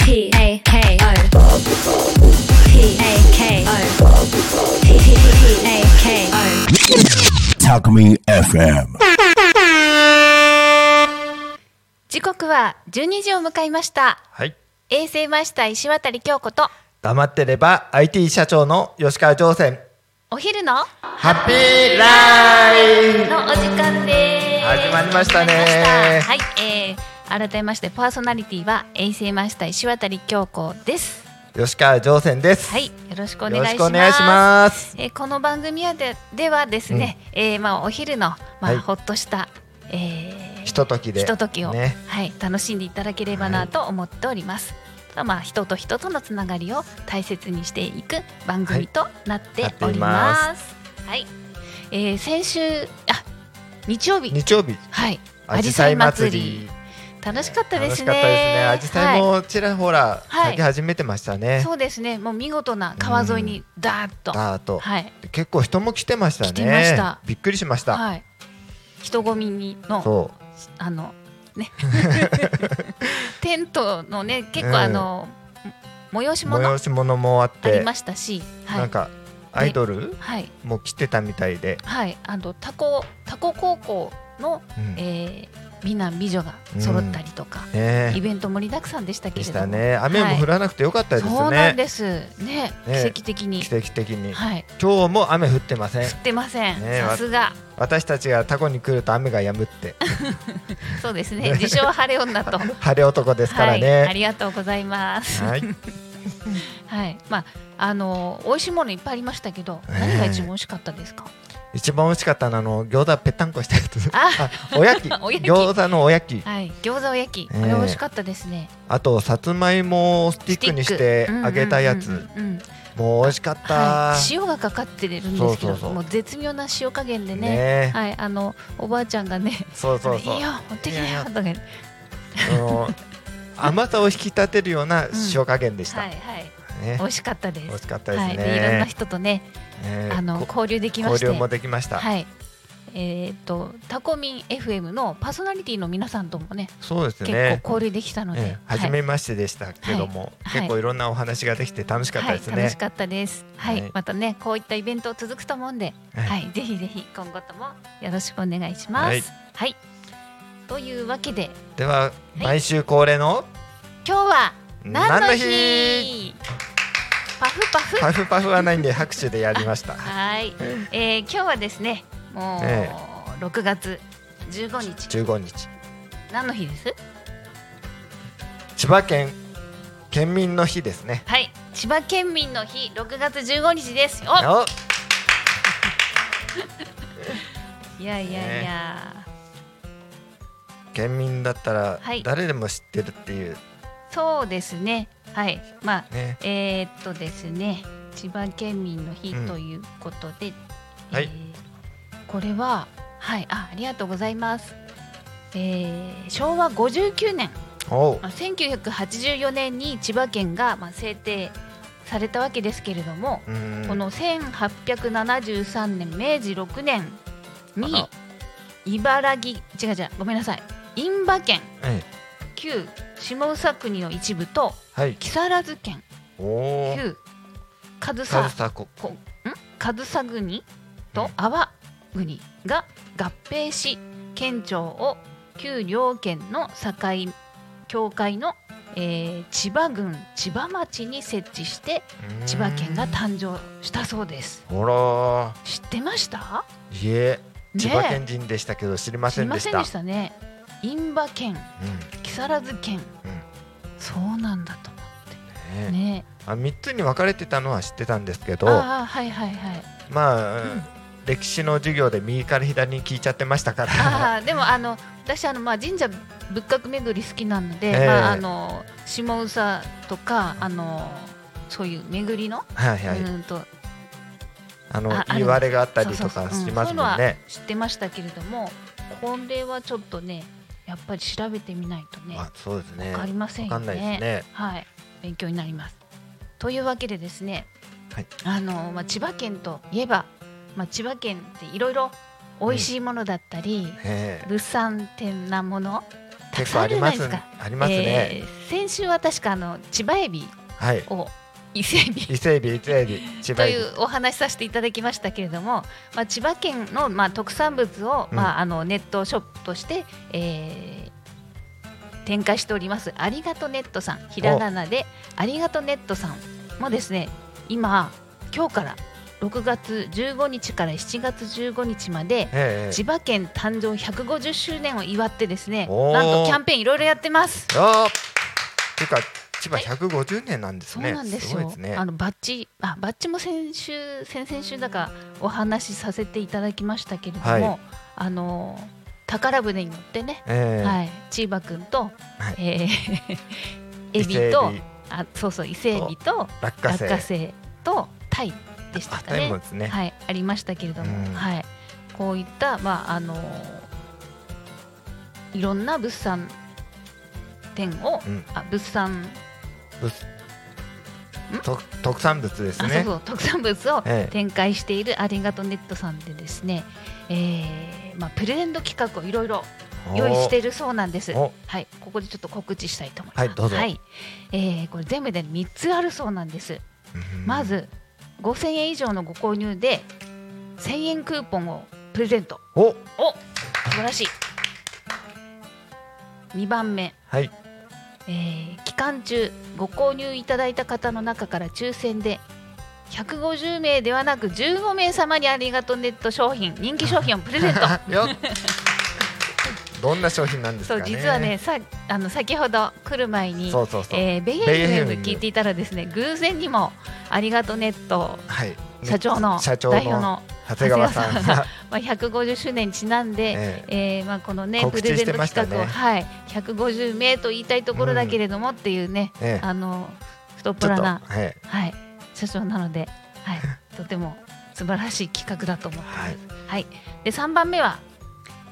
P A K O P A K O P A K O Talkme FM. 時刻は12時を迎えましたはい。衛生マスター石渡京子と黙ってれば IT 社長の吉川上泉。お昼のハッピーライのお時間です始まりましたね始まりましたはい、えー、改めましてパーソナリティは衛生マスター石渡京子です吉川上泉です。はいよろしくおよ願ろいししくまおす願いします。えーこの番組はでではですね、えーまあお昼のまあ、はいほっとした、えー、ひとときで。ひとときを、ね。はい、楽しんでいただければなと思っております。まあ、人と人とのつながりを大切にしていく番組となっております。はい、えー先週、あ、日曜日、日曜日。はい、あ紫じ陽さ花祭い祭りり。楽しかったで楽すしね。かったですね。アジサイはもちらほらはい咲き始めてましたいね。そうですね、もう見事な川沿いにダーッと、あとはい、結構人も来てましたね。来てましたびっくりしました。はい、人混みにのそあの ねテントのね結構ええあの、催しう。催物し物もあっありて、ましたし、はなんい、かアイドルはい、も来てたみたいで。はい、あのタコタコ高校の、うんえねー、美男美女が揃ったりとか、えイベント盛りだくさんでしたけでれしども、たね。雨も降らなくてよかったですね。そうなんですねね奇跡的に、奇跡的に。はい、今日も雨降ってません降ってません、ねえさすが私たちがタコに来ると雨が止むってそうですね自称晴れ女と晴れ男 ですからはい、あねりがとうございますはい、はいまああの美味しいものいっぱいありましたけど、ええ何が一番美味しかったですか一番美味しかったのはあの餃子ぺったんこしたやつああおやき おやき餃子のおやきはい餃子おやき、ええあれ美味しかったですねあとさつまいもをスティックにしてうんうんうんうん揚げたやつ、うんうんもう美味しかった、はい、塩がかかってるんですけどそうそうそうもう絶妙な塩加減でねねはい、あのおばあちゃんがねそう「そうそういいよ持ってきないいよや」とか言ってあの甘さを引き立てるような塩加減でした、はいはいね美味しかったで美味すしかったですね、はい、でいろんな人とねねあのこ交流できま交して流もできました、はいえー、とタコミン FM のパーソナリティの皆さんともねそうです結ね構交流できたので、ええ初めましてでしたけども、はい結構いろんなお話ができて楽しかったはでい、すね。楽しかったです、はいはいまたねこういったイベント続くと思うんで、はいはい、ぜひぜひ今後ともよろしくお願いします。ははいい、というわけででは、毎週恒例の今日は何の日何のパフパフパフパフはないんで拍手でやりまし た。はい、えー、今日はですねもう、え6月15日15日何の日です千葉県県民の日ですね。はい千葉県民の日6月15日ですよおいやいやいや、県民だったらはい誰でも知ってるっていうそうですねはいまあね。えー、っとですね千葉県民の日うんということで、はいえーこれははいあありがとうございます、えー昭和59年、おうまあ、1984年に千葉県が、まあ、制定されたわけですけれども、うんこの1873年明治6年にあ茨城違う違うごめんなさい印馬県ええ旧下総国の一部とはい。木更津県おお。旧上カ総ルサコこん上総国うとん阿波国が合併し県庁を旧両県の境境界の、えー千葉郡千葉町に設置して千葉県が誕生したそうですほら知ってましたーいえね千葉県人でしたけど知りま知せりんまでしせんたでし。たね印馬県うん木更津県、うんそうなんだとね思うねあ3つに分かれてたのは知ってたんですけどああはいはいはいまあ、うん歴史の授業で右から左に聞いちゃってましたからああでもあの私あのまあ神社仏閣巡り好きなので、ええまああの下総とかあのそういう巡りの、はいはい、うーんとあのあある言われがあったりそとうそうかそううんしまそういすうのもはんね。知ってましたけれどもこれはちょっとねやっぱり調べてみないとねあそうですね。わかりませんわかよんないでねすね。はい勉強になります。というわけでですね、はいあのまあ千葉県といえばまあ千葉県っていろいろ美味しいものだったり、ええ物産展なもの結構ありますたくさんあるじゃないですありますね、えー先週は確かあの千葉エビはいを伊勢エビ伊勢海老伊勢海老千葉と海い老うお話しさせていただきましたけれども、まあ、千葉県の、まあ、特産物を、うんまあ、あのネットショップとして、えー展開しておりますありがとネットさんひらがなでありがとネットさんもですね今今日から6月15日から7月15日までええ千葉県誕生150周年を祝ってですねおーなんとキャンペーンいろいろやってます。あてか千葉150年なんですそうね。なんですごよ。いですねあ。のバッチあバッチも先週先々週だかお話しさせていただきましたけれども、はいあの宝船に乗ってね、ええはい、チーバくんと、はいえーエビとあそうそう伊勢エビと落花落生花生とタイでしたあかタイねム。ですね。はいありましたけれども、うんはいこういったまああのいろんな物産展を、うんあ物産ぶす特特産物ですあそ。ねうそう特産物をええ展開しているありがとネットさんでですね、えーまあ、プレゼント企画をいろいろ用意しているそうなんです。おはい、ここでちょっと告知したいと思います。はいどうぞえーこれ全部で3つあるそうなんです。うんまず5000円以上のご購入で1000円クーポンをプレゼント。おお素晴らしい。2番目、はい えー期間中ご購入いただいた方の中から抽選で150名ではなく15名様にありがとうネット商品人気商品をプレゼン トよどんな商品なんですそかね。う実はねさあの先ほど来る前にそうそうそう。えーベイベイエフ FM ム聞いていたらですね偶然にもありがとうネットはい。社長の社代長の表の、長谷川さん長谷川がまあ、150周年にちなんで、ええーまあ、このね告プ知レゼンしてトましたね企画を、はい、150名と言いたいところだけれどもっていうね、ええあの太っちょっ腹とな、はいはい、社長なので、はい、とても素晴らしい企画だと思ってます。はいはい、で3番目は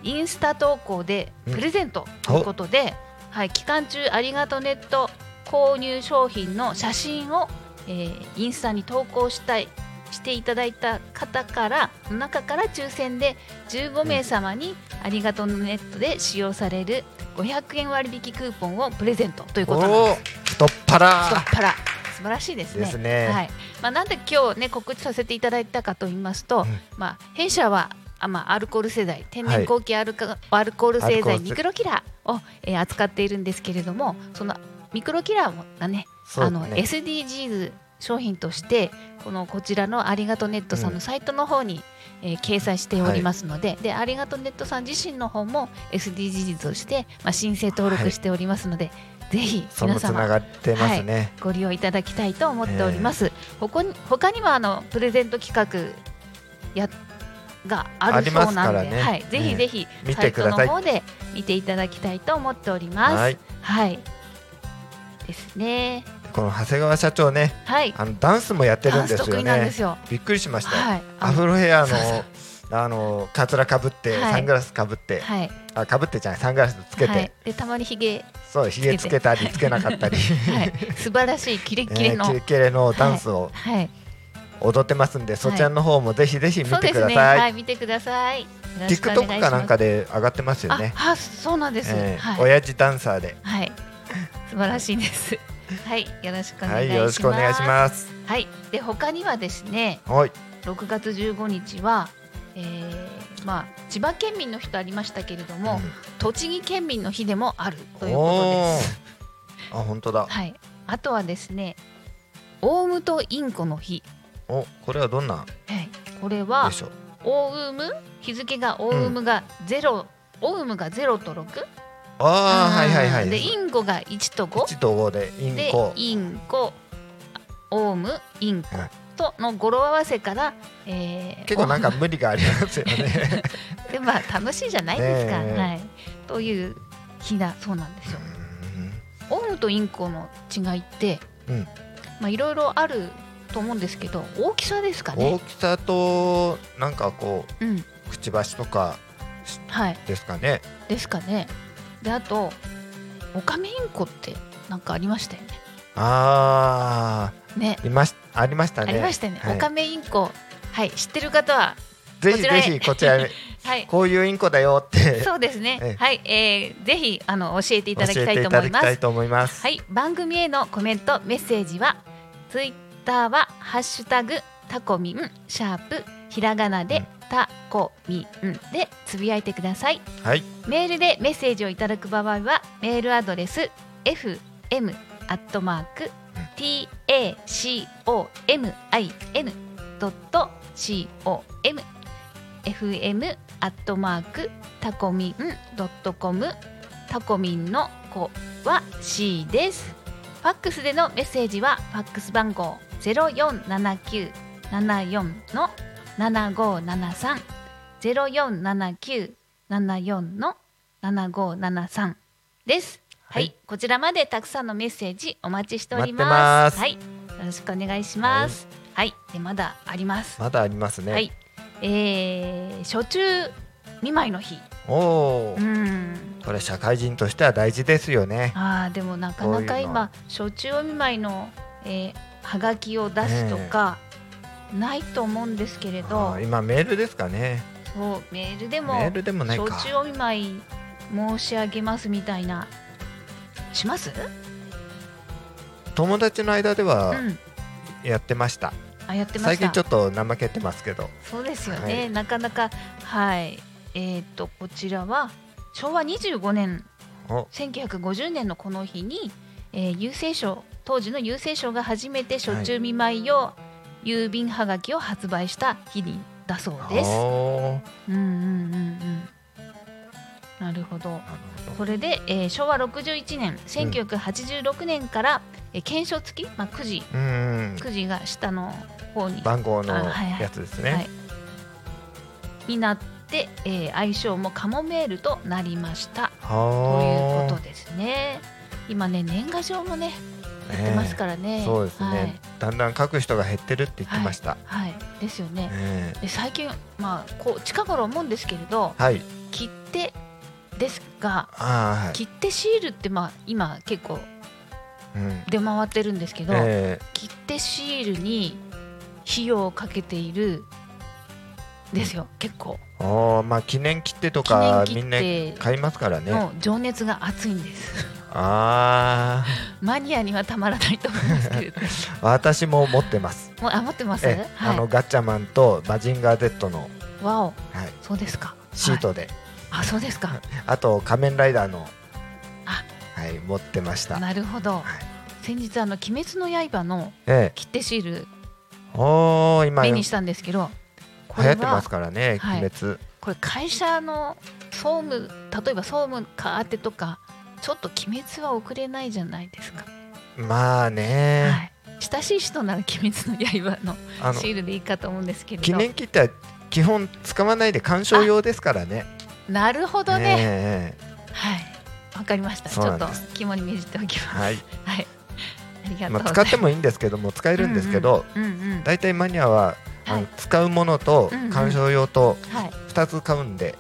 インスタ投稿でプレゼントということで、はい、期間中ありがとネット購入商品の写真を、えーインスタに投稿したいしていただいた方からの中から抽選で15名様にありがとうネットで使用される500円割引クーポンをプレゼントということなんですお。ー太っ腹太っ。腹素晴らしいですね。ですねはい。まあなんで今日ね告知させていただいたかと言いますと、うんまあ弊社はあまあアルコール製剤天はい然後期アルカ、アルコール製アルコー剤ル製ミクロキラーを、えー扱っているんですけれども、そのミクロキラーもがねそうあですのね SDGs 商品としてこのこちらのありがとネットさんうんのサイトの方に、えー掲載しておりますので、でありがとネットさん自身の方も SDGs としてまあ申請登はい録しておりますので、ぜひその皆つ様ながってますね。ご利用いただきたいと思っております。ここに他にもあのプレゼント企画やがああるりそうますなかんらで、ねはい、ぜひぜひ見サてイくトだのさい方で見ていただきたいと思っております。ははいい、。ですね。この長谷川社長ね、はい、あのダンスもやってるんですダンス得よ意なんねで。すよ。びっくりしましたよ。はい、アフロヘアのそうそうあのカツラかぶって、はいサングラスかぶって、はい、あかぶってじゃないサングラスつけて、はい、でたまにひげ、そうひげつけたりつけなかったり、 はい、素晴らしいキレッキレの、えーキレキレのダンスをはい、踊ってますんで、そちらの方もぜひぜひ見そうてでくすだね。さい。はい、見てください。よろしくお願いします TikTok かなんかで上がってますよね。あ、あそうなんです。えーはい。親父ダンサーで、はい、 素晴らしいです。 はい、よろしくおは願いします。い、よろしくお願いします。はい、で他にはですね、はい、 6月15日は、えーまあ千葉県民の日とありましたけれども、栃木県民の日でもあるということおでーす。あ、本当だ。はい、あとはですね、オウムとインコの日。お、これはどんなはい、これはでしょう。オウム日付がオウムがゼロ、オウムがゼロと六。ああ、はいはいはうんい。でインコが一と五。一と五でインでコ、インコオウムインコはいとの語呂合わせから、えー結構なんか無理がありますよね。おでまあ楽しいじゃないですか、ねえはい、という日だそうなんですよ。オウムとインコの違いって、うんまあいろいろあると思うんですけど大きさですか大ね。きさとなんかこうんうくちばしとかはい、ですかね。ですかね。であとオカメインコってなんかありましたよね。あねあ、いましありましたあね。りましたよね。はいオカメインコはい知ってる方はぜひぜひこちらへはい こういうインコだよってそうですええね。はい、えー、ぜひあの教えてい教ただきたえていいとた思だいきますた。いと思います。はい、番組へのコメント、メッセージは、ツイッターはハッシュタグタコミンシャープひらがなうんでタコミンでつぶやいてください。はい、メールでメッセージをいただく場合は、メールアドレス fm アットマーク t a c o m i n ドット c o m fm アットマークタコミンドットコムタコミンの子は C です。ファックスでのメッセージはファックス番号ゼロ四七九七四の七五七三ゼロ四七九七四の七五七三です。はい、はいこちらまでたくさんのメッセージお待ちしており待まってす。ますはい、よろしくお願いします。はい、でまだあります。まだありますね。はい、えー、初中見舞いの日。おおう、ん。これ社会人としては大事ですよね。ああでもなかこうないうのかは今初中お見舞いの、えー、はがきを出すとか、ないと思うんですけれどあー今メールですかね。そうメールでもメールでもないか。初中お見舞い申し上げますみたいなします友達の間でうはんやってました。あやってま最し近たちょっと怠けてますけど。そうですよね、はいなかなかはいえっ、とこちらは昭和25年お、 1950年のこの日に、えー郵政省当時の郵政省が初めて初中見舞い用、郵便はがきを発売した日にだそうです。おーうんうんうんうん、なるほどなるほどこれで、えー昭和61年1986年から、えー検証付き、まあ、くじうーん、くじが下の方に番号のあはいはいやつですはねい。になって、えー愛称もカモメールとなりました。といはうーことですね。今ね年賀状もねやってますからね。ねえそうですね。だんだん書く人が減ってるって言ってました。はい、はい、ですよね。ねで最近まあこう近頃思うんですけれどえはい。切手ですがあ切手シールってまあ今結構あ、はい。うん。出回ってるんですけど、え切手シールに費用をかけているですよ結構えおーまあ記念切手と記念かみんな切手買いますからね。の情熱が熱いんです。 あマニアにはたまらないと思いますけれ ど、あ、私も持ってます。もうあ持ってます。ええあはのガッチャマンとマジンガー Z の、い。わお、はい、そうですか。シートで、はい。あ、そうですか。あと仮面ライダーの、あはい、持ってました。なるほど。はい先日あの鬼滅の刃のええ、切手シールおお今目流にしたんですけど、こ行れってまはすからね、はい鬼滅。これ会社の総務例えば総務課宛てとかちょっと鬼滅は送れないじゃないですか。まあね、はい。親しい人なら鬼滅の刃のあのシールでいいかと思うんですけれ記ど。念切手は基本使わないで鑑賞用ですからね。なるほどね。ええええはい。わかりました。ちそうょなんっでとす肝に銘じておきます。はい。はい。ありがとうまござあ、います。使ってもいいんですけども使えるんですけど、うんうん。大体マニアは、あはのい。使うものとうんうん鑑賞用とはい。 2つ買うんで、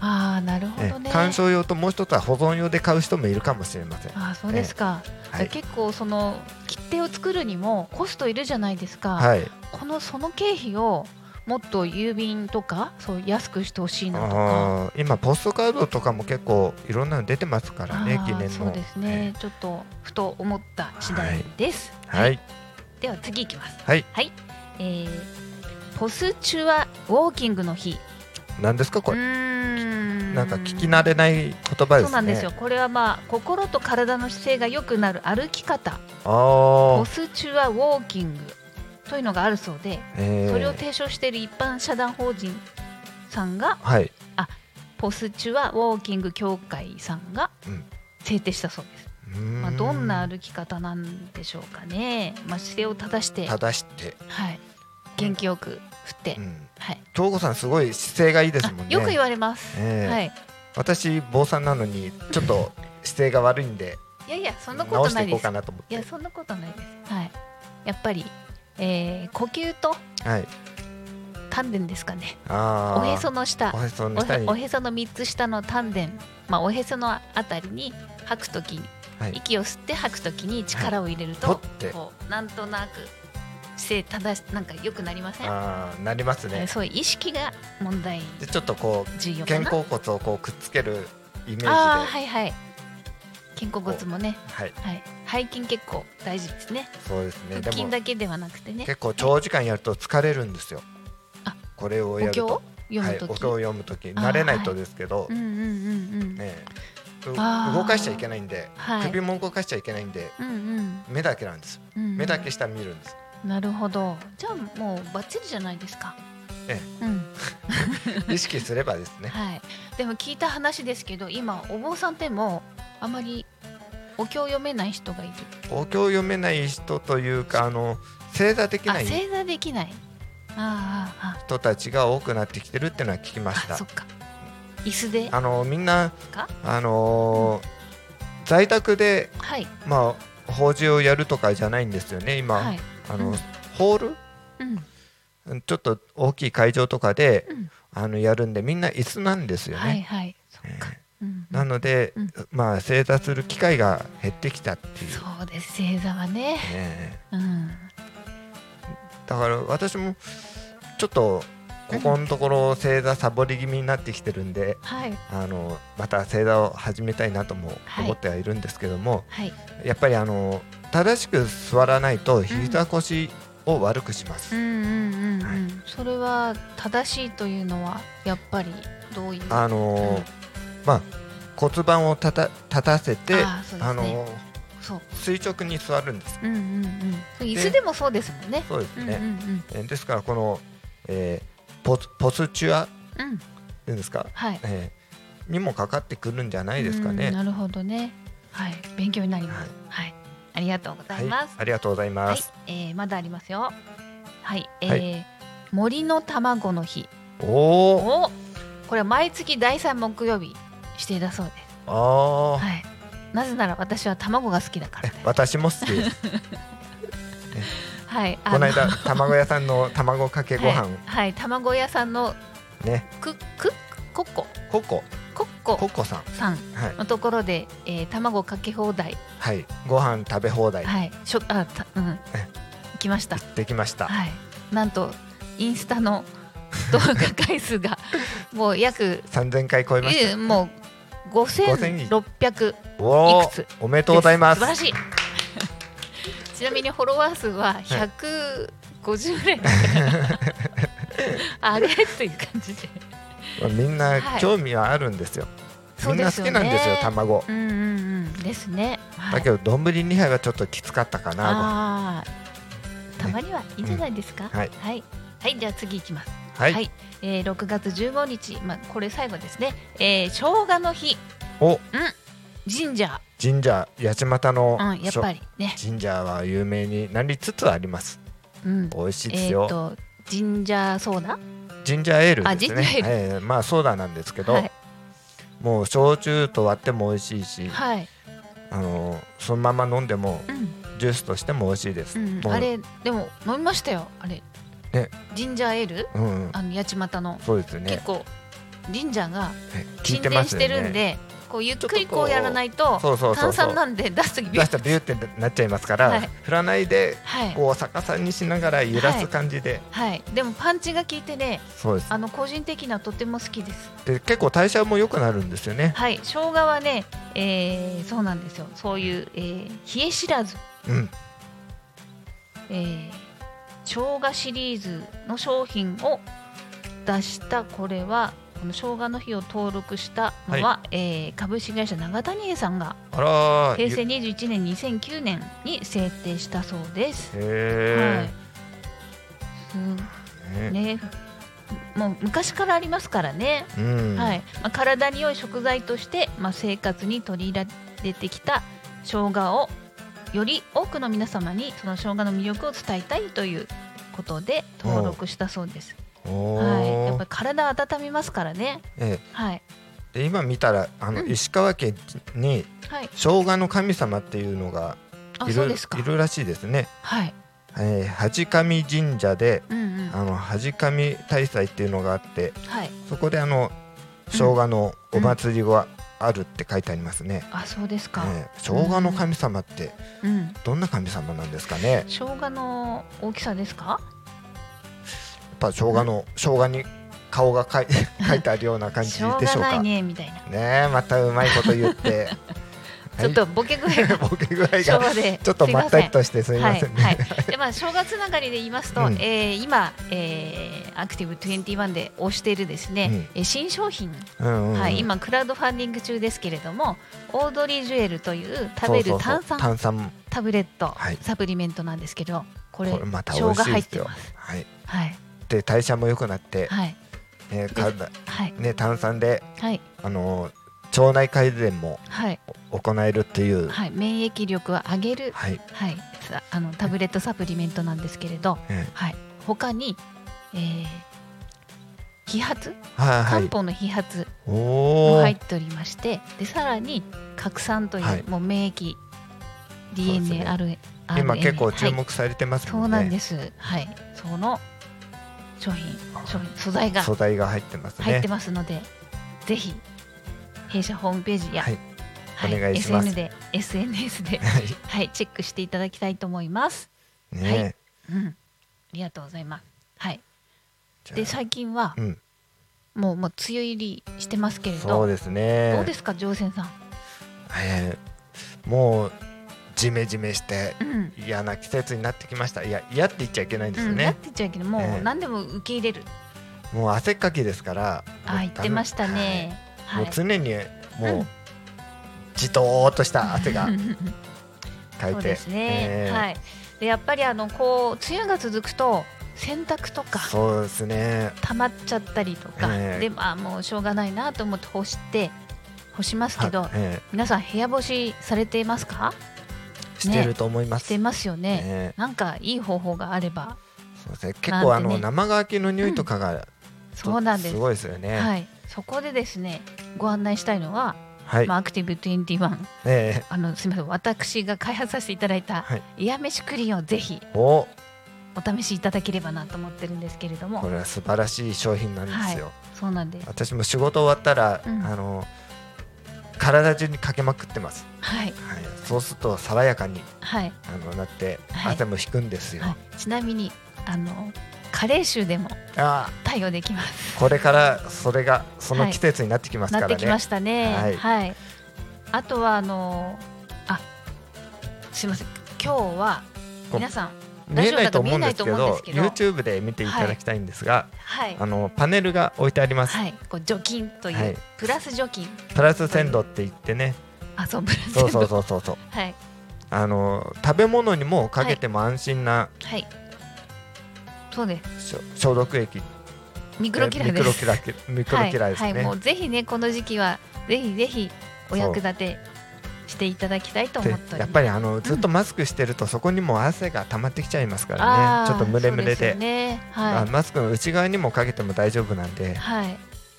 ああ、なるほえどね。鑑賞用ともう1つは保存用で買う人もいるかもしれません。ああ、そうですか。はじゃあい、結構その切手を作るにもコストいるじゃないですか、はい、このその経費をもっと郵便とかそう安くしてほしいなとか。あー今ポストカードとかも結構いろんなの出てますからねあー記念の。そうですね、ちょっとふと思った次第です、はいでは次いきますはいえーポスチュアウォーキングの日何ですかこれ、ななんか聞き慣れない言葉ですね。そうなんですよこれはまあ心と体の姿勢が良くなる歩き方あポあ、スチュアウォーキングというのがあるそうでえーそれを提唱している一般社団法人さんがはい。ポスチュアウォーキング協会さんがうん制定したそうです、ままあ、どんな歩き方なんでしょうかね、まあ、姿勢を正して、は正して、い、元気よく振って、うん、はい、京子さんすごい姿勢がいいですあもんね。よく言われます、ええはい、私坊さんなのにちょっと姿勢が悪いんでいやいやそんなこ直としなていいでこうすかなと思っいてや。そんなことないです、はい、やっぱり、えー呼吸とはい。丹田ですかねあおあ。へその下おへそのお下へに。おへその3つ下の丹田、まあ、おへそのあたりに吐くときに、はい息を吸って吐くときに力を入れると、はい取ってこうなんとなく姿勢正しなんか良くなりません、あーなりますねそういう意識が問題でちょっとこ重う要か肩な甲骨をこうくっつけるイメージでああははいはい肩甲骨もね、いはい、背筋結構大事ですねそうですねで腹筋もだけではなくてね結構長時間やると疲れるんですよあこれをおやる経とを読はむい、おとき、経を読む時慣れないとですけど、うんうんうんうん、ねうあー動かしちゃいけないんで、はい首も動かしちゃいけないんでうんうん目だけなんですようんうん目だけ下見るん です、なるほどじゃあもうバッチリじゃないですかえうん意識すればですねはい、でも聞いた話ですけど今お坊さんでもあまりお経を読めない人がいるお経を読めない人というかあの正座できあない正座できないあああ人たちが多くなってきてるっていうのは聞きましああたそっか椅子であのみんなかあのー在宅ではいまあ法事をやるとかじゃないんですよね今、はいあの、うんホールうんうんちょっと大きい会場とかで、うんあのやるんでみんな椅子なんですよね、はいはいそっか、うんなので、うんまあ正座する機会が減ってきたっていうそうです正座はねねうんだから私もちょっとここのところ正座サボり気味になってきてるんで、はいあのまた正座を始めたいなともはい思ってはいるんですけども、はいやっぱりあの正しく座らないと膝腰を悪くします、うんうんうん、うんはそれは正しいというのはやっぱりどういうあのーうんまあ骨盤をたた立たせてあーそうですねあのーそう垂直に座るんですうんうんうん椅子でもそうですもんねそうですうんねうん、うんえーですからこの、えーポスポスチュアっうんていうんですか、はいえーにもかかってくるんじゃないですかうんね。なるほどね。はい、勉強になります。はい、ありがとうございます。ありがとうございはい、ます。えーまだありますよ。はい、えーは森の卵の日。おお、お、これは毎月第三木曜日していたそうです。ああ、はい。なぜなら私は卵が好きだからです。私も好きです。はい、あこの間卵屋さんの卵かけごは飯い、はい、卵屋さんのね、くくコッココココッコココさん、さんはいのところで、えー卵かけ放題、はい、ご飯食べ放題はい、しょあたうん来ました。できました。はい、なんとインスタ の動画回数がもう約三千回超えましえーもう5600た。おいおくつ、おめでとうございます。素晴らしい ちなみにフォロワー数は150ぐらい だから、あれっていう感じでみんなはい興味はあるんですよ。そうみんでな好すきよねなんですよ、卵。うんうんうんですね、はいだけど丼2杯はちょっときつかったかな。あーたまにはいいんじゃないですか、んはいはい、はい、じゃあ次いきますはい、はいえー、6月15日、まあ、これ最後ですね、えー、生姜の日お神社、神社八街の、うん、やっぱりね、神社は有名になりつつあります。うん、美味しいでえすー、よ。と神社ソーダ、ジンジャーエールあですね。ジンジャーええまあソーダなんですけど、はい、もう焼酎と割っても美味しいし、はい、あのそのまま飲んでもうん、ジュースとしても美味しいです。うん、もうあれでも飲みましたよ、あれ、ね、ジンジャーエール、うんうん、あの八街の、そうですね結。構神社がえ聞い沈てま殿すしよてるんで、ね。こうゆっちくょっりとこうこうやらないとそうそうそ炭うそう酸なんで出す時ビュ出したッらビューってなっちゃいますから、はい振らないではい、こう逆さにしながら揺らす感じで、はい、でもパンチが効いてね、そうです。あの個人的にはとても好きです。で結構代謝も良くなるんですよね。はい、生姜はね、えー、そうなんですよ。そういう、えー、冷え知らず、うん。えー、生姜シリーズの商品を出したこれはこの生姜の日を登録したのは、えー株式会社永谷栄さんがあらー。平成21年2009年に制定したそうです。ゆ。はへい。すえ、ね、もう昔からありますからね。うん。はいまあ、体に良い食材として、まあ、生活に取り入れてきた生姜をより多くの皆様にその生姜の魅力を伝えたいということで登録したそうです。おはい、やっーぱり体温めますからね。えはい、えで今見たらあの、うん石川県にはい、生姜の神様っていうのがあ、いそうるですかい。るらしいですね。はい、えー、恥神神社でうんうん、あの恥神大祭っていうのがあってはい、そこであの生姜のお祭りがあるって書いてありますね。あそうですか、ね生姜の神様ってうんどんな神様なんですかね。やっ生姜の大きさですかぱ生姜の生姜に顔が書い 書いてあるような感じでししょょううがないか。ねねみたいなえまたうまいこと言って。 ちょっとボ ケ具合がはいボケ具合がち昭和でょっとまったりとしてすすみいまませせんんはね。い、 はい、でまあ正月ながりで言いますと、うんえー今、えーアクティブ21で推しているですね、えー新商品、うんうんはい、今クラウドファンディング中ですけれどもオードリー・ジュエルという食べる炭酸炭酸タブレット、はいサプリメントなんですけどこれこれまた生美姜味しい入でっすてよま。すはい。はいで代謝も良くなって、はいね体はいね炭酸ではいあの腸内改善もはい、行えるっていう。はい、免疫力を上げる、はい。はい、さあのタブレットサプリメントなんですけれど、ええはい、他に、えー、揮発はいは漢い。方の揮発おもお。入っておりまして、でさらに核酸という、はいもう免疫です DNA ねある、RNA 今結構注はい目されてますそもうんなんねで。す、はい、その商品はい商品素材が素材が入ってます入っねて。ますので、ぜひ弊社ホームページや、はいはいお願いします SN で SNS で、はいはい、チェックしていただきたいと思います。はいね。うん、ありがとうございます。はい、じゃあで最近は、うんもうもう梅雨入りしてますけれど、そうですね。どうですか、ジョーセンさん。えーもうジメジメしてうん、嫌な季節になってきましたいや嫌って言っちゃいけないんですうよん、なっね、てっちゃうけど、もう、ええ何でも受け入れる。もう汗っかきですからあ、言ってましたね。はいはもうい。常にもう、うんじとーっとした 汗がかいてそうですね。えーはい。で、やっぱり、あの、こう、梅雨が続くと、洗濯とか。そうですね溜まっちゃったりとか、ええでまあもうしょうがないなと思って干して干しますけど、はえ皆さん部屋干しされていますかーしてると思いましす、てますよね、えなんかいい方法があればーそうですね結構あなんてのね生乾きの匂いとかが、そうなんですすごいですよねはい、はい、そこでですねご案内したいのは、まあ、アクティブ21えあのすみません私が開発させていただいたはいイヤメシクリーンをぜひーおお試しいただければなと思ってるんですけれどこもれは素晴らしい商品なんですよ、そうなんです私も仕事終わったら、うんあの体中にかけまくってます、はいはい、そうすると爽やかにはい、あのなってはい汗も引くんですよ、はい、ちなみにあのカレー臭でもあ対応できますーこれからそれがその季節になってきますなからっね、てきましたねは、はいいあとはあのあすいません今日はこう皆さん見えないと思うんですけラジオだと見えないと思うんどですけど YouTube で見ていただきたいんですが、はいあのパネルが置いてあります、はい、こう除菌という、はいプラス除菌プラス鮮度って言ってねあそうプラスそうそううそうそうそうはいあの食べ物にもかけても安心なはいそうですしょ消毒液ミクロキラーですミクロキラーミクロキラーですね、はい、はい、もうぜひねこの時期はぜひぜひお役立てしていただきたいと思でっておりますやっぱりあのずっとマスクしてると、そこにも汗が溜まってきちゃいますからあねーちょっとムレムレそうでよねあはマスクの内側にもかけても大丈夫なんいではい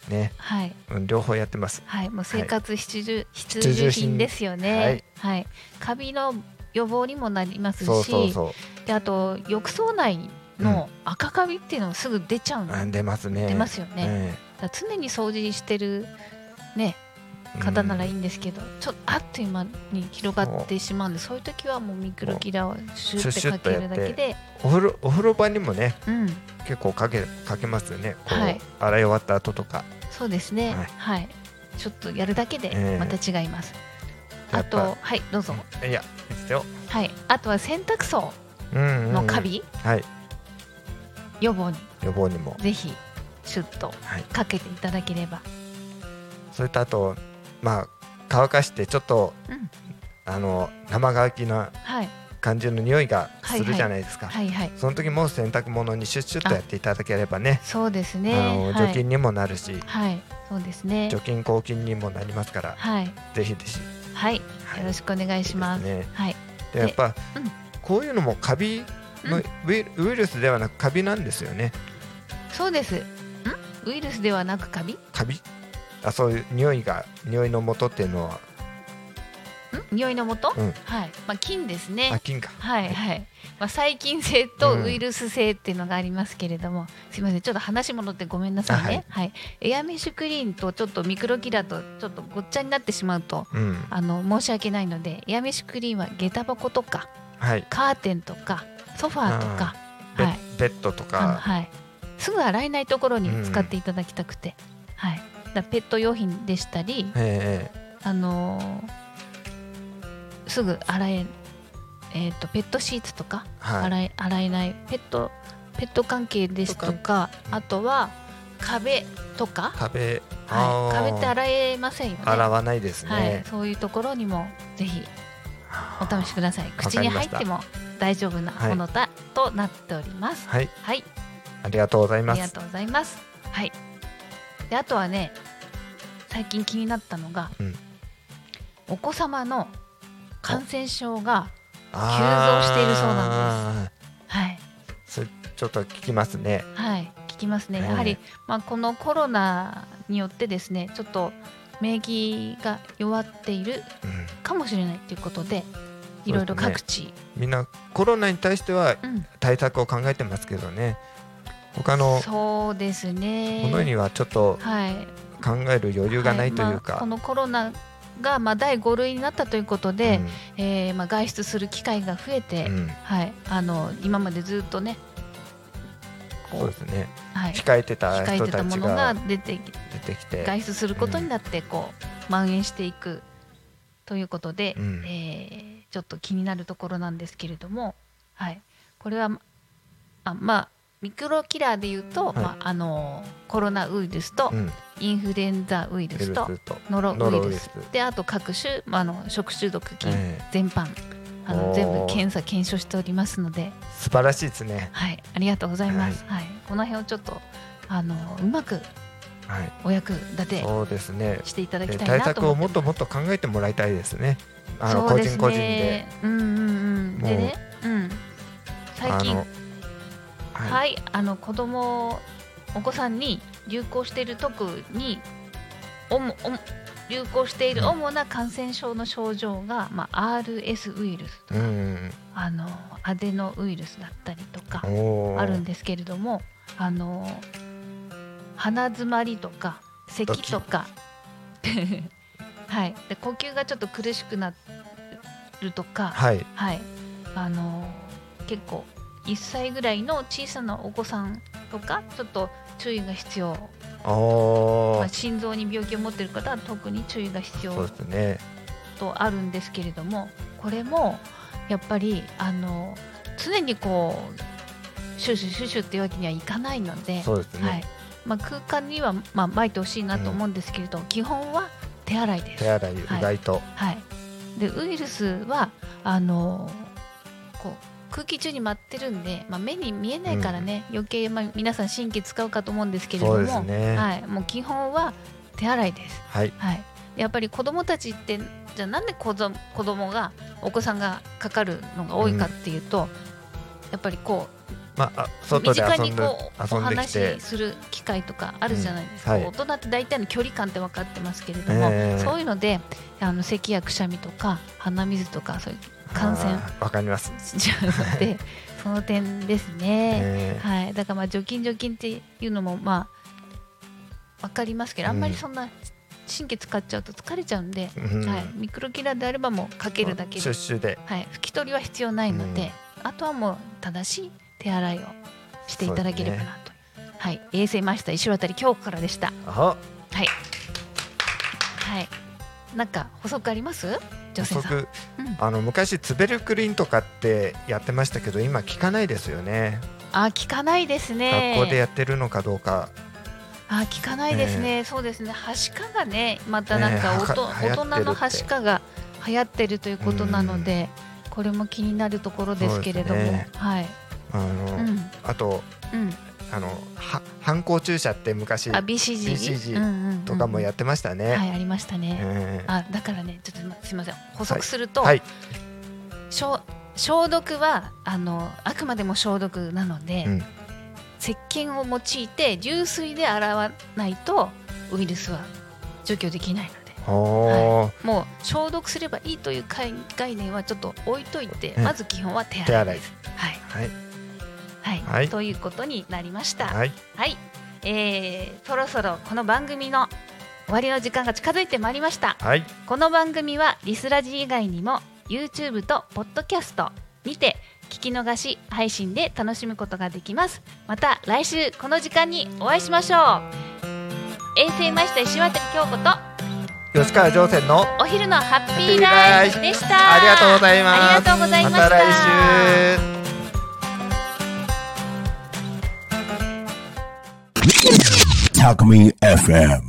ねはいうん両方やってますはい、もう生活必需、必必需品需品ですよね。はい、カビの予防にもなりますし、そうそうそであと浴槽内の赤カビっていうのもすぐ出ちゃううの、うん出ますね出ますよね。えだから常に掃除してるねえ方ならいいうんですけど、ちょっとあっという間に広がってしまうんで、そういう時はもうミクロキラーをシュシッュてかけッとやっるてだけで、お風呂お風呂場にもねうん、結構かけかけますよねこう、はい洗い終わった後とかそうですね。はいはい、ちょっとやるだけえでえまた違います。やあっぱとはいどうぞ、いやいいですよ、はい、あとは洗濯槽うんうんうんのカビ。はい予防に予防にもぜひシュッとはいかけていただければ、それとあとまあ乾かしてちょっとうんあの生乾きなはい、感じの匂いがするじゃないですか、はいはいその時も洗濯物にシュッシュッとやっていただければねそうですねあのは除い、菌にもなるし、はい、そうですね除菌抗菌にもなりますから、はいぜひぜひはい、はいよろしくお願いしますいいですねはいでやっぱ、うんこういうのもカビの、うんウイウイルスではなくカビなんですよねそうですんウイルスではなくカビカビあそういう匂いが匂いの元っていうのは匂いのもと、うんはい、まあ、菌ですねあ、金か。はいはい、まあ、細菌性うんとウイルス性っていうのがありますけれども、すいませんちょっと話戻ってごめんなさいね、はいエアメッシュクリーンとちょっとミクロキラとちょっとごっちゃになってしまうとうん。あの申し訳ないのでエアメッシュクリーンは下駄箱とかはい。カーテンとかソファーとか、ベはいッベッドとあのか。はい、すぐ洗えないところに使っていただきたくて、はい、だからペット用品でしたり、ええあのーすぐ洗え、えー、とペットシーツとかはい。洗え,、洗えないペットペット関係ですとかとあとは壁とか、壁。はい、あー壁って洗えませんよね。洗わないですはいね、。そういうところにもぜひお試しくださいわか口りにま入っしたても大丈夫なものだ、となっておりますはい。はいありがとうございあまりがす。とうございます。はい。であとはね、最近気になったのが、うんお子様の感染症が急増あーしているそうなはいちょっと聞きますね。はい聞きますね。ねえやはり、まあこのコロナによってですね、ちょっと免疫が弱っているうんかもしれないということで、すねいろいろ各地、みんなコロナに対してはうん対策を考えてますけどね。他のそうですね。ものにはちょっとはい。考える余裕がないというはまあか。このコロナがまあ第5類になったということで、うんえーまあ外出する機会が増えて、うんはい、あの今までずっとね、こそううですね。はい、控えてた控え人てたたもちのがが出てき出てきて、外出することになってこう蔓延していくということで、うんえーちょっと気になるところなんですけれども、はい、これはあまあミクロキラーでいうと、いまあ、あのコロナウイルスとうん、インフルエンザウイルウイスルとスと。ノロノウイロウイルルススであと各種、まあ、あの食中毒菌え全般あのおー全部検査検証しておりますのでえ素晴らしいですね。はい、ありがとうございます。はい、この辺をちょっとあのうまくはい。お役立てそうですね。していただえきえたい対なと策を思もっ。ってともっと考えてもらいたいですね。あのそ個うで人す個人で。ね。うんうんうん。もうでね、うん。最近あのはいはい、あの子供お子さんに流行している特におもおも流行している主な感染症の症状が、まあ、RS ウイルスとうか、んあのアデノウイルスだったりとかうん、おーあるんですけれどもあの鼻詰まりとか咳とか はいで呼吸がちょっと苦しくなるとかはいはいあの結構1歳ぐらいの小さなお子さんとかちょっと注意が必要、おまあ、ー心臓に病気を持ってる方は特に注意が必そう要ですねとあるんですけれどもこれもやっぱりあの常にこうシュシュシュシュっていうわけにはいかないので。そうですね、はいまあ、空間には、まあ、まいてほしいなと思うんですけれど、基本は手洗いです手。洗いうはいがいと、はい、でウイルスはあのーこう空気中に舞ってるんで、まあ、目に見えないからね、余計、まあ、皆さん神経使うかと思うんですけれどそうも、ですねはい、はい、もう基本は手洗いです。はい、でやっぱり子どもたちってじゃあなんで子ど子供がお子さんがかかるのが多いかっていうと、やっぱりこうまああ外で身遊近にんでこうお遊んでき話てしする機会とかあるじゃないですか、うんはい大人って大体の距離感って分かってますけれども、ええそういうのであの咳やくしゃみとか鼻水とかそういう感染あーわかります、しちゃうの でその点ですね、えーはい、だからまあ除菌除菌っていうのもまあ分かりますけどあんまりそんな神経使っちゃうと疲れちゃうんで、うんはい、ミクロキラーであればもうかけるだけシュでッ、シュではい、拭き取りは必要ないので、あとはもう正しい手洗いをしていただければなと、はい衛生マスター石渡京子からでしたあはいはいなんか補足あります女性補さんう足んあの昔ツベルクリンとかってやってましたけど今聞かないですよね、あ聞かないですね学校でやってるのかどうかあ聞かないですね、そうですねはしかがねまたなんねかえおとは流大人行ってるってのはしかが流行ってるということなので、これも気になるところですけれども、そうですねはい、あの、うんあとうん、あのは反抗注射って昔あ BCG, BCG うんうんうんとかもやってましたね、はいありましたね、えーあだからねちょっと今すみません補足すると、はい消消毒はあのあくまでも消毒なので、うん石鹸を用いて流水で洗わないとウイルスは除去できないので、おーもう消毒すればいいという概概念はちょっと置いといて、うんまず基本は手洗い手洗でいす。はい、はいはいはいということになりました。はい、はいえーそろそろこの番組の終わりの時間が近づいてまいりました。はいこの番組はリスラジ以外にも YouTube と Podcast にて聞き逃し配信で楽しむことができますまた来週この時間にお会いしましょう衛星マイスター石渡京子と吉川上船のお昼のハッピーライフでしたありがとうございますありがとうございまましたた来週 Talk Me FM.